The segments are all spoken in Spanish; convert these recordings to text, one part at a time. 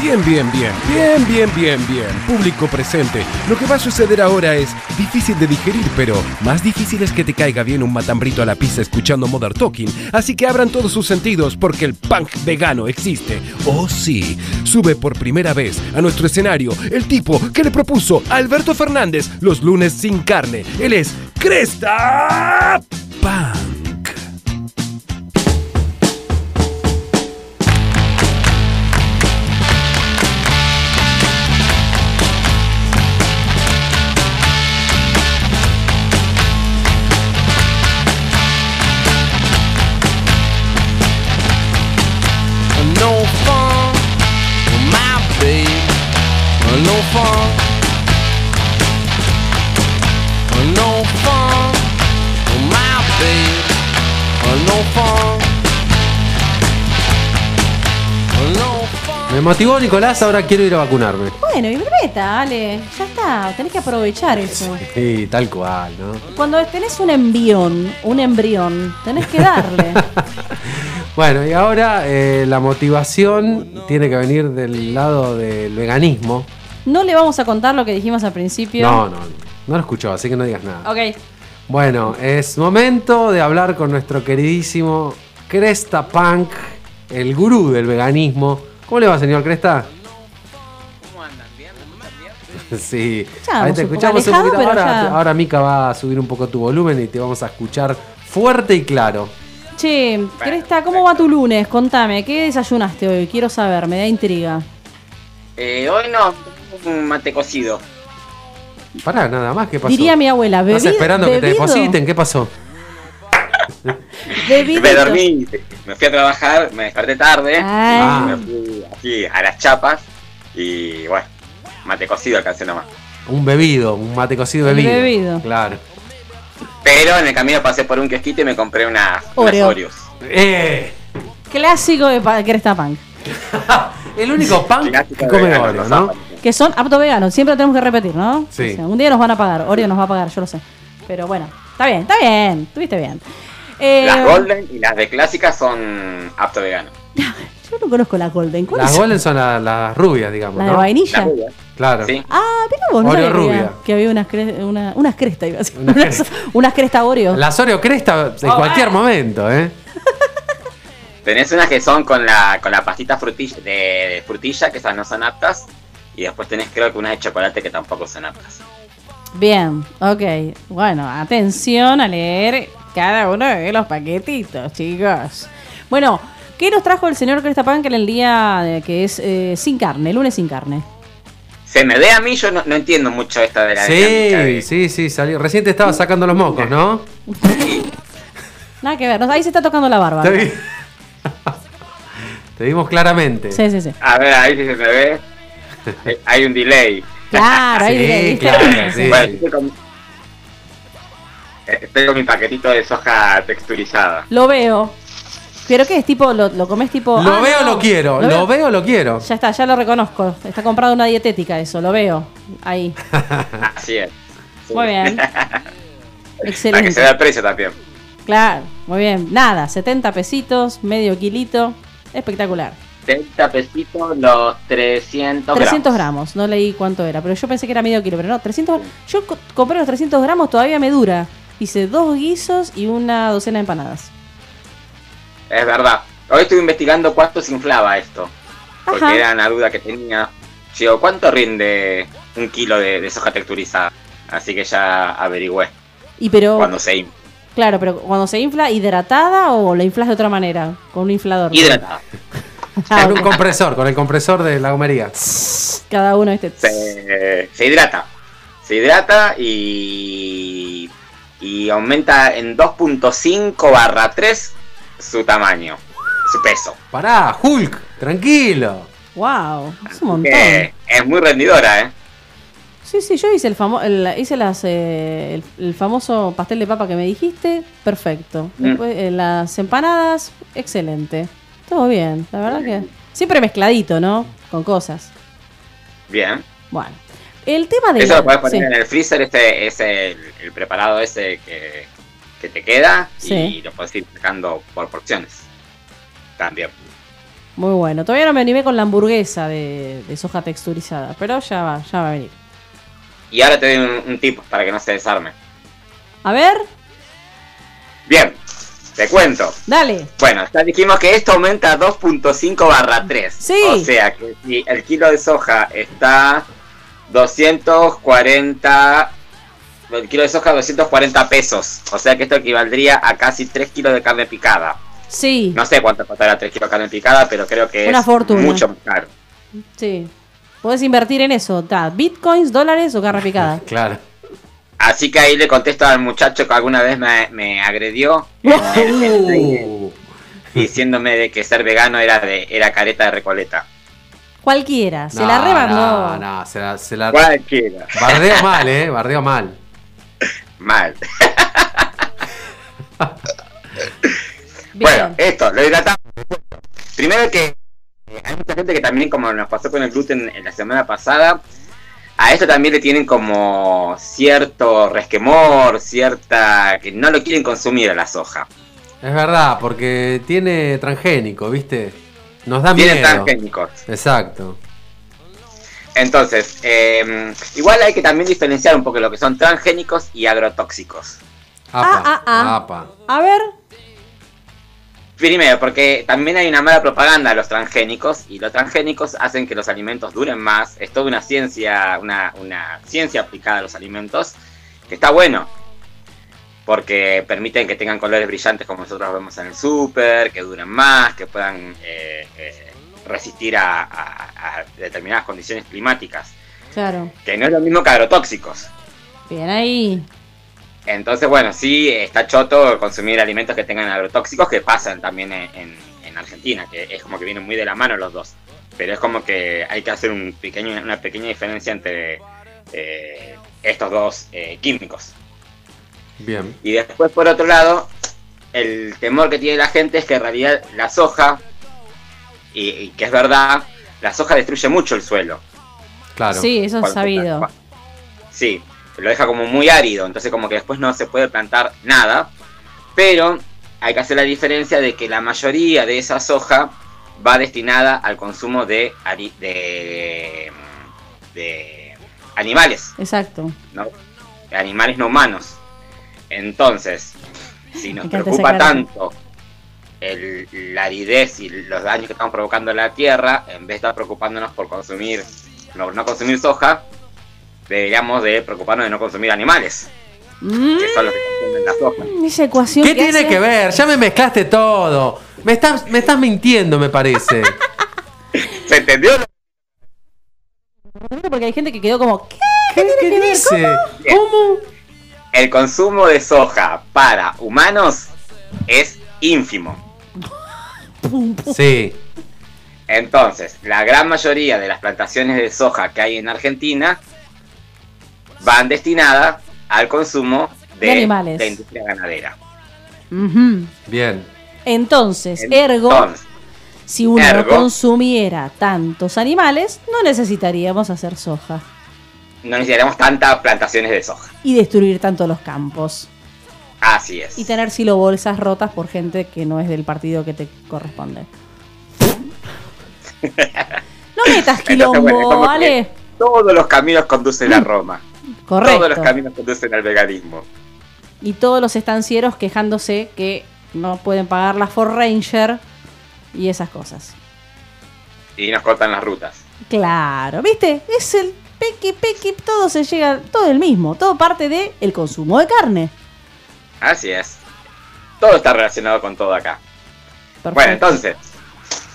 Bien, bien, bien, bien, bien, bien, bien. Público presente. Lo que va a suceder ahora es difícil de digerir, pero más difícil es que te caiga bien un matambrito a la pizza escuchando Modern Talking. Así que abran todos sus sentidos porque el punk vegano existe. Oh sí. Sube por primera vez a nuestro escenario el tipo que le propuso a Alberto Fernández los lunes sin carne. Él es Cresta Punk. no fun with my babe. No fun. No fun with Oh, my babe. No fun. No fun. Me motivó Nicolás, ahora quiero ir a vacunarme. Bueno, y barbeta, Ale. Ya está. Tenés que aprovechar eso. Sí, tal cual, ¿no? Cuando tenés un embrión, un embrión, tenés que darle. Bueno, y ahora eh, la motivación tiene que venir del lado del veganismo. No le vamos a contar lo que dijimos al principio. No, no, no lo escuchó, así que no digas nada. Ok. Bueno, es momento de hablar con nuestro queridísimo Cresta Punk, el gurú del veganismo. ¿Cómo le va, señor Cresta? Sí, Escuchamos ahí te un poco escuchamos un alejado, poquito. pero Ahora, ya. ahora Mika va a subir un poco tu volumen y te vamos a escuchar fuerte y claro. Che, Cresta, ¿cómo va tu lunes? Contame, ¿qué desayunaste hoy? Quiero saber, me da intriga. Eh, hoy no, un mate cocido. Pará, nada más, ¿qué pasó? Diría mi abuela, bebí. Estás esperando que te bebido? depositen, ¿qué pasó? Bebido. Me dormí, ¿eh? me fui a trabajar, me desperté tarde. Ay. y Ah. Me fui aquí a las chapas y bueno, mate cocido alcancé nomás. Un bebido, un mate cocido Un bebido. bebido. Claro. Pero en el camino pasé por un quesquite y me compré unas, unas Oreo. Oreos. ¡Eh! Clásico de pa- Cresta Punk. El único Ah. pan Clásico que come vegano, Oreo, los ¿no? zapatos. Que son apto veganos, siempre lo tenemos que repetir, ¿no? Sí. O sea, un día nos van a pagar, Oreo nos va a pagar, yo lo sé. Pero bueno, está bien, está bien, tuviste bien. Eh, Las Golden y las de clásicas son apto vegano. Yo no conozco la Golden. ¿Cuál Las es? Golden son la- las rubias, digamos, la de ¿no? vainilla. Las rubias, Claro. sí. Ah, mira vos, no Oreo sabía rubia. Que había unas, cre- una- unas crestas, iba a decir. Unas Unas, crestas. unas crestas Oreo. Las Oreo Cresta Oh, en ah. cualquier momento, ¿eh? Tenés unas que son con la, con la pastita frutilla, de, de frutilla, que esas no son aptas. Y después tenés creo que unas de chocolate que tampoco son aptas. Bien, ok. Bueno, atención a leer cada uno de los paquetitos, chicos. Bueno, ¿qué nos trajo el señor Cresta Pan en el día de- que es eh, sin carne, lunes sin carne? Se me ve a mí, yo no, no entiendo mucho esta de la dinámica Sí, de- sí, sí, salió. Recién te estaba sacando los mocos, ¿no? Nada que ver, no, ahí se está tocando la barba. Te, vi- Te vimos claramente. Sí, sí, sí. A ver, ahí si se me ve. Hay- Hay un delay. Claro, ahí Sí, viene, ¿viste? claro, sí. Bueno, estoy con, eh, estoy con mi paquetito de soja texturizada. Lo veo. ¿Pero qué es? Tipo, lo, lo comes tipo. Lo ah, veo, no. lo quiero. Lo, veo, lo quiero. Ya está, ya lo reconozco. Está comprado una dietética eso, lo veo. Ahí. Así es. Sí. Muy bien. Para que se vea Excelente. el precio también. Claro, muy bien. Nada, 70 pesitos, medio kilito. Espectacular. 30 pesitos los 300 gramos. 300 gramos, no leí cuánto era, pero yo pensé que era medio kilo, pero no, 300. Yo co- compré los 300 gramos, todavía me dura. Hice dos guisos y una docena de empanadas. Es verdad. Hoy estuve investigando cuánto se inflaba esto. Porque Ajá. era una duda que tenía. Yo digo, ¿cuánto rinde un kilo de, de soja texturizada? Así que ya averigüé Y pero, cuando se infla. claro, pero cuando se infla, ¿hidratada o la inflas de otra manera? Con un inflador. Hidratada. Ah, Con un ok. compresor, con el compresor de la gomería. Cada uno este. se, se hidrata. Se hidrata y, y aumenta en 2.5 barra 3 su tamaño, su peso. Pará, Hulk, tranquilo. Wow, es un montón. Que es muy rendidora, ¿eh? Sí, sí, yo hice el famoso, hice las, eh, el, el famoso pastel de papa que me dijiste, perfecto. Mm. Después eh, las empanadas, excelente. Todo bien, la verdad que siempre mezcladito, ¿no? Con cosas. Bien. Bueno, el tema de Eso lo la, podés poner sí. en el freezer, este es el, el preparado ese que, que te queda Sí. y lo podés ir sacando por porciones. También. Muy bueno. Todavía no me animé con la hamburguesa de, de soja texturizada, pero ya va, ya va a venir. Y ahora te doy un, un tip para que no se desarme. A ver, Bien, te cuento. dale. Bueno, ya dijimos que esto aumenta a 2.5 barra 3. Sí. O sea que si el kilo de soja está 240... El kilo de soja 240 pesos. O sea que esto equivaldría a casi 3 kilos de carne picada. Sí, No sé cuánto costará 3 kilos de carne picada, pero creo que Una es fortuna. mucho más caro. sí. Puedes invertir en eso, ta, bitcoins, dólares o carne picada. Claro. Así que ahí le contesto al muchacho que alguna vez me, me agredió Uh, diciéndome de que ser vegano era de era careta de recoleta. Cualquiera, se no, la rebandó. No, no, se la, se la- Cualquiera. Bardeo mal, eh, bardeo mal. Mal. Bien. Bueno, esto, lo hidratamos. Primero que eh, hay mucha gente que también, como nos pasó con el gluten en la semana pasada, a esto también le tienen como cierto resquemor, cierta... que no lo quieren consumir a la soja. Es verdad, porque tiene transgénico, ¿viste? Nos da Tienen Ah, miedo. transgénicos. Exacto. Entonces, eh, igual hay que también diferenciar un poco lo que son transgénicos y agrotóxicos. Apa, ah, ah. apa. A ver, Primero, porque también hay una mala propaganda a los transgénicos y los transgénicos hacen que los alimentos duren más. Es toda una ciencia, una, una ciencia aplicada a los alimentos que está bueno. Porque permiten que tengan colores brillantes como nosotros vemos en el súper, que duren más, que puedan eh, eh, resistir a- a- a determinadas condiciones climáticas. claro. Que no es lo mismo que agrotóxicos. Bien ahí. Entonces, bueno, sí, está choto consumir alimentos que tengan agrotóxicos que pasan también en, en- en Argentina, que es como que vienen muy de la mano los dos. Pero es como que hay que hacer un pequeño, una pequeña diferencia entre eh, estos dos eh, químicos. Bien. Y después, por otro lado, el temor que tiene la gente es que en realidad la soja, y, y que es verdad, la soja destruye mucho el suelo. Claro. Sí, eso es Cuando- sabido. Sí, lo deja como muy árido, entonces como que después no se puede plantar nada, pero hay que hacer la diferencia de que la mayoría de esa soja va destinada al consumo de, ari- de, de animales, Exacto. ¿no? De animales no humanos. Entonces, si nos Me encanta esa preocupa cara. tanto el, la aridez y los daños que estamos provocando a la tierra, en vez de estar preocupándonos por consumir, no, no consumir soja, deberíamos de preocuparnos de no consumir animales, Mm, que son los que consumen la soja. esa ecuación. ¿Qué que tiene hace- que ver? Ya me mezclaste todo. Me estás, me estás mintiendo, me parece. ¿Se entendió? Porque hay gente que quedó como, ¿qué? ¿Qué, qué dice? ¿Cómo? El consumo de soja para humanos es ínfimo. Pum, pum. Sí. Entonces, la gran mayoría de las plantaciones de soja que hay en Argentina van destinadas al consumo de, De animales. la industria ganadera. Ujú. Bien. Entonces, ergo, Entonces, si uno ergo. consumiera tantos animales, no necesitaríamos hacer soja no necesitaríamos tantas plantaciones de soja. y destruir tanto los campos Así es. y tener silo bolsas rotas por gente que no es del partido que te corresponde. No metas quilombo, Entonces, bueno, es como que ¿vale? Mm, Todos los caminos conducen a Roma. Todos los Correcto. caminos conducen al veganismo. y todos los estancieros quejándose que no pueden pagar la Ford Ranger y esas cosas. Y nos cortan las rutas. Claro, ¿viste? Es el pequi pequi, todo se llega, todo el mismo, todo parte de el consumo de carne. Así es. Todo está relacionado con todo acá. Perfecto. Bueno, entonces.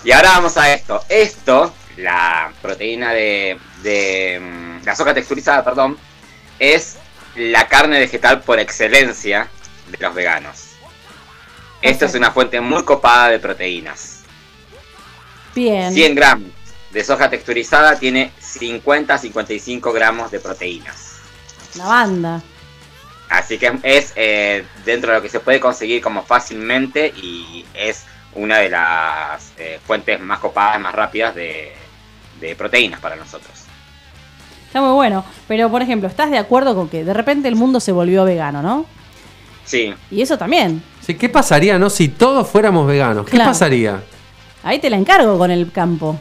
Y ahora vamos a esto. Esto, la proteína de. de mm, la soja texturizada, perdón. Es la carne vegetal por excelencia de los veganos. Esto es Perfecto. una fuente muy copada de proteínas. Bien. 100 gramos de soja texturizada tiene 50 a 55 gramos de proteínas. La banda. Así que es eh, dentro de lo que se puede conseguir como fácilmente y es una de las eh, fuentes más copadas, más rápidas de, de proteínas para nosotros. Está muy bueno. Pero, por ejemplo, ¿estás de acuerdo con que de repente el mundo se volvió vegano, no? Sí, Y eso también. Sí, ¿Qué pasaría, no? Si todos fuéramos veganos, ¿qué Claro. pasaría? Ahí te la encargo con el campo.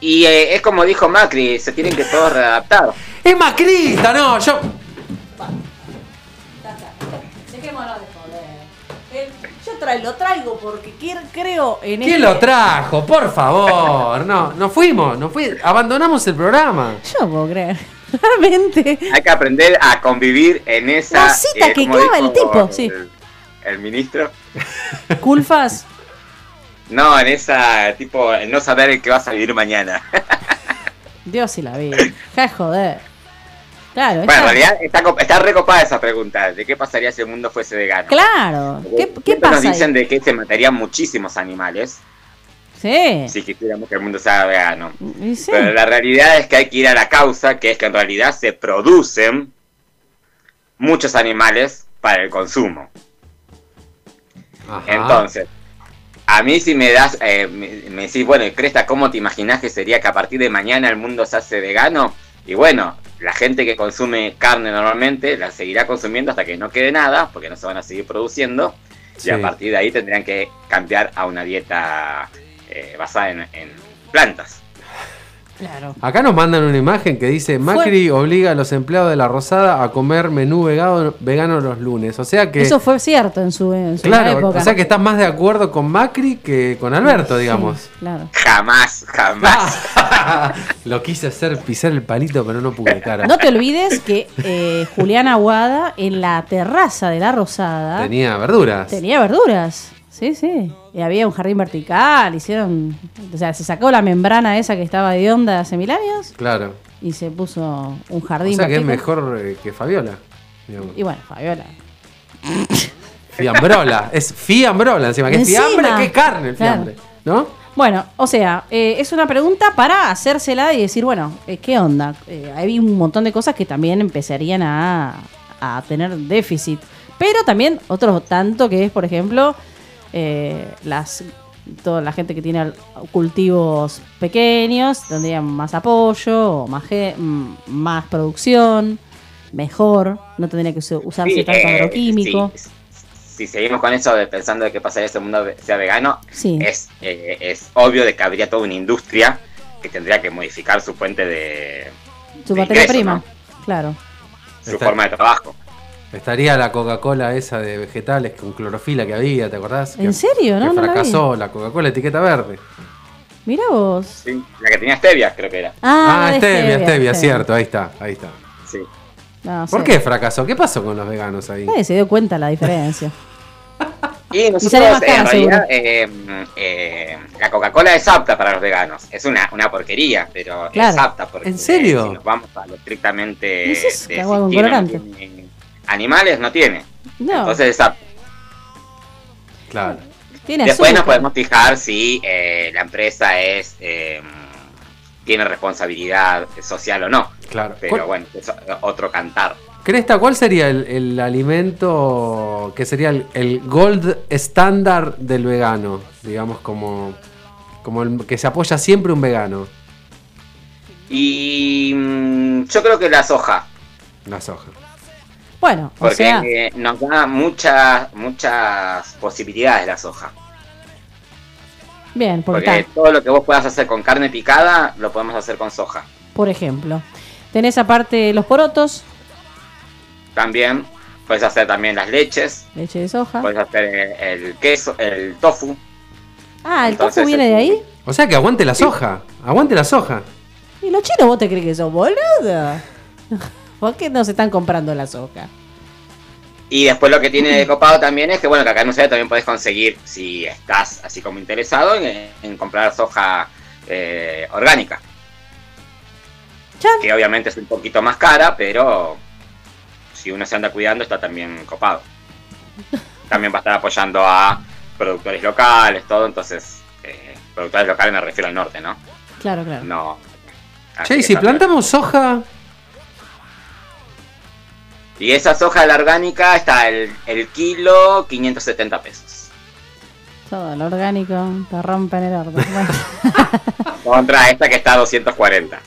Y eh, es como dijo Macri, se tienen que todos readaptar. Es macrista, no, yo. Dejémonos de joder. Yo lo traigo porque creo en este ¿Quién lo trajo? Por favor. No, nos fuimos, nos fuimos. Abandonamos el programa. Yo no puedo creer. Realmente. Hay que aprender a convivir en esa. eh, La cita que como clava el dijo tipo, sí. El, el ministro. Culfas. No, en esa, tipo, en no saber el que vas a vivir mañana. Dios y la vida. Deja de joder. Claro, Bueno, en esa- realidad está, co- está recopada esa pregunta, de qué pasaría si el mundo fuese vegano. Claro. ¿Qué, Porque qué siempre pasa? Nos dicen ahí? de que se matarían muchísimos animales Sí. si quisiéramos que el mundo sea vegano. Y sí. Pero la realidad es que hay que ir a la causa, que es que en realidad se producen muchos animales para el consumo. Ajá. Entonces, a mí si me das, eh, me, me decís, bueno, Cresta, ¿cómo te imaginás que sería que a partir de mañana el mundo se hace vegano? Y bueno, la gente que consume carne normalmente la seguirá consumiendo hasta que no quede nada, porque no se van a seguir produciendo. Sí. Y a partir de ahí tendrían que cambiar a una dieta eh, basada en, en plantas. Claro. Acá nos mandan una imagen que dice Macri obliga a los empleados de la Rosada a comer menú vegano, vegano los lunes. O sea que. Eso fue cierto en su, en su Eh, claro, época. o sea que estás más de acuerdo con Macri que con Alberto, digamos. Sí, claro. Jamás, jamás. Lo quise hacer pisar el palito, pero no pude, cara. No te olvides que eh, Julián Aguada en la terraza de la Rosada tenía, Tenía verduras. verduras. Sí, sí. Y había un jardín vertical, hicieron. O sea, se sacó la membrana esa que estaba de onda hace mil años Claro. y se puso un O jardín sea que es vertical. mejor eh, que Fabiola. digamos. Y bueno, Fabiola. Fiambrola. Es fiambrola encima. Que es Encima. fiambre, que es carne el Claro. fiambre. ¿No? Bueno, o sea, eh, es una pregunta para hacérsela y decir, bueno, eh, ¿qué onda? Eh, hay un montón de cosas que también empezarían a, a tener déficit. Pero también otro tanto que es, por ejemplo, eh, las toda la gente que tiene al- cultivos pequeños tendrían más apoyo, o más, ge- mm, más producción, mejor, no tendría que usa- usarse Sí, tanto eh, agroquímico. sí, Si seguimos con eso de pensando de que pasaría si el mundo ve- sea vegano, Sí. es, eh, es obvio de que habría toda una industria que tendría que modificar su fuente de Su de materia ingreso, prima, ¿no? claro. su Está- forma de trabajo. Estaría la Coca-Cola esa de vegetales con clorofila que había, ¿te acordás? ¿En Que- serio? Que No, no la vi. fracasó la Coca-Cola etiqueta verde. Mira vos. ¿sí? La que tenía stevia, creo que era. Ah, Ah, de stevia, stevia, stevia. cierto, ahí está, ahí está. Sí. No, ¿Por sí. qué fracasó? ¿Qué pasó con los veganos ahí? Nadie se dio cuenta la diferencia. Y nosotros, sale más eh, caro, en realidad, eh, eh, la Coca-Cola es apta para los veganos. Es una, una porquería, pero es Claro. apta. Porque, ¿En serio? Si nos vamos a lo estrictamente ¿Y es eso de que agua con si tiene o no colorante? tiene animales, no tiene. No, Entonces es apta. Claro. tiene Después nos azúcar. podemos fijar si eh, la empresa es eh, tiene responsabilidad social o no. Claro. Pero ¿Cuál- bueno, es otro cantar. Cresta, ¿cuál sería el, el alimento que sería el, el gold estándar del vegano? Digamos como, como el que se apoya siempre un vegano. Y mm, yo creo que la soja, La soja. Bueno, o porque sea, eh, nos da muchas muchas posibilidades la soja. bien, porque Porque está, todo lo que vos puedas hacer con carne picada, lo podemos hacer con soja. por ejemplo, tenés aparte los porotos, También puedes hacer también las leches, leche de soja. puedes hacer eh, el queso, el tofu. ah, el tofu entonces, viene de eh, ahí. O sea que aguante la soja. Aguante la soja. ¿Y los chinos vos te crees que sos boludo? ¿Por qué no se están comprando la soja? Y después lo que tiene de copado también es que, bueno, que acá en Ushuaia también podés conseguir, si estás así como interesado, en, en comprar soja eh, orgánica. Ya. Que obviamente es un poquito más cara, pero si uno se anda cuidando está también copado. También va a estar apoyando a productores locales, todo, entonces, eh, productores locales me refiero al norte, ¿no? Claro, claro. No. así Che, y que si está bien. plantamos soja, Y esa soja, la orgánica, está el, el kilo 570 pesos. Todo lo orgánico te rompen el orden. Bueno, Contra esta que está a 240.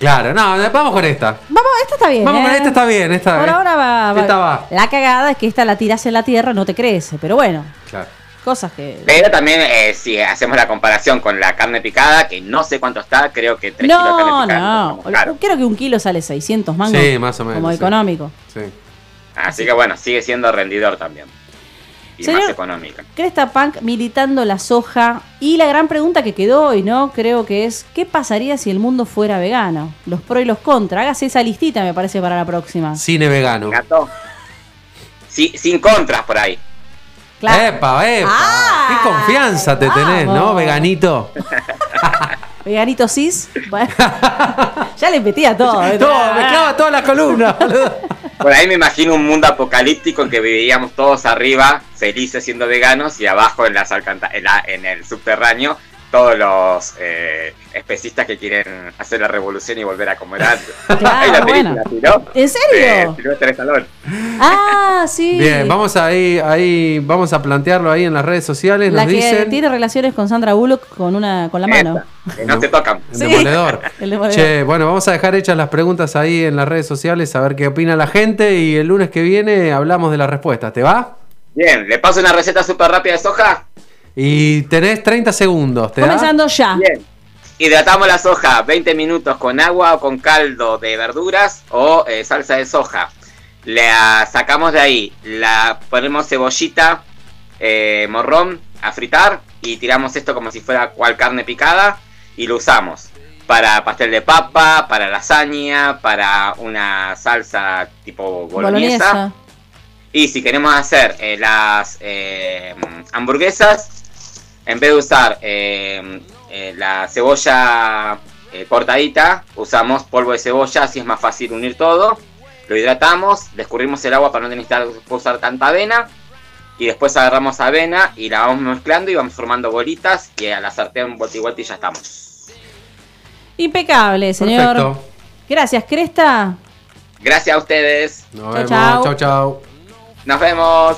Claro, no, vamos con esta. vamos, esta está bien. Vamos con ¿eh? esta, está bien, esta Por ahora va, va. Esta va. La cagada es que esta la tirás en la tierra, no te crece, pero bueno. Claro. Cosas que. Pero también, eh, si hacemos la comparación con la carne picada, que no sé cuánto está, creo que 3 kilos de carne No, picada. no. son caros. Creo que un kilo sale 600 mangos. Sí, más o menos, Como sí. económico. Sí. Así que bueno, sigue siendo rendidor también. Y Señor- más económica. Cresta Punk militando la soja. Y la gran pregunta que quedó hoy, ¿no? Creo que es: ¿qué pasaría si el mundo fuera vegano? Los pros y los contras. Hágase esa listita, me parece, para la próxima. Cine vegano. Gato. Sí, sin contras por ahí. Claro. ¡Epa, epa! Ah, ¡Qué confianza te tenés, ¿no, vamos. veganito? Veganito cis. Bueno, ya le metía todo. ¿eh? Todo, me clava todas las columnas, boludo. Por ahí me imagino un mundo apocalíptico en que viviríamos todos arriba, felices siendo veganos, y abajo en, las alcanta- en, la- en el subterráneo, todos los eh, especistas que quieren hacer la revolución y volver a comer antes. Hay Claro, la película, bueno. ¿no? ¿En Eh, serio? Silvestre Stallone. Ah, sí. Bien, vamos ahí, ahí, vamos a plantearlo ahí en las redes sociales, La nos que dicen. tiene relaciones con Sandra Bullock con una con la mano. Esa, que no te tocan. El Sí. demoledor. El demoledor. Che, bueno, vamos a dejar hechas las preguntas ahí en las redes sociales, a ver qué opina la gente y el lunes que viene hablamos de las respuestas, ¿te va? Bien, le paso una receta súper rápida de soja. Y tenés 30 segundos, ¿te da? Comenzando ya. Bien. Hidratamos la soja 20 minutos con agua o con caldo de verduras o eh, salsa de soja. La sacamos de ahí, la ponemos cebollita, eh, morrón a fritar y tiramos esto como si fuera cual carne picada y lo usamos para pastel de papa, para lasaña, para una salsa tipo boloñesa. Boloñesa. Y si queremos hacer eh, las eh, hamburguesas, en vez de usar eh, eh, la cebolla eh, cortadita, usamos polvo de cebolla, así es más fácil unir todo. Lo hidratamos, le escurrimos el agua para no necesitar usar tanta avena. Y después agarramos avena y la vamos mezclando y vamos formando bolitas. Y a la sartén, boti boti, ya estamos. Impecable, señor. Perfecto. Gracias, Cresta. Gracias a ustedes. Chau, Nos vemos. chau. Chau, chau. Nos vemos.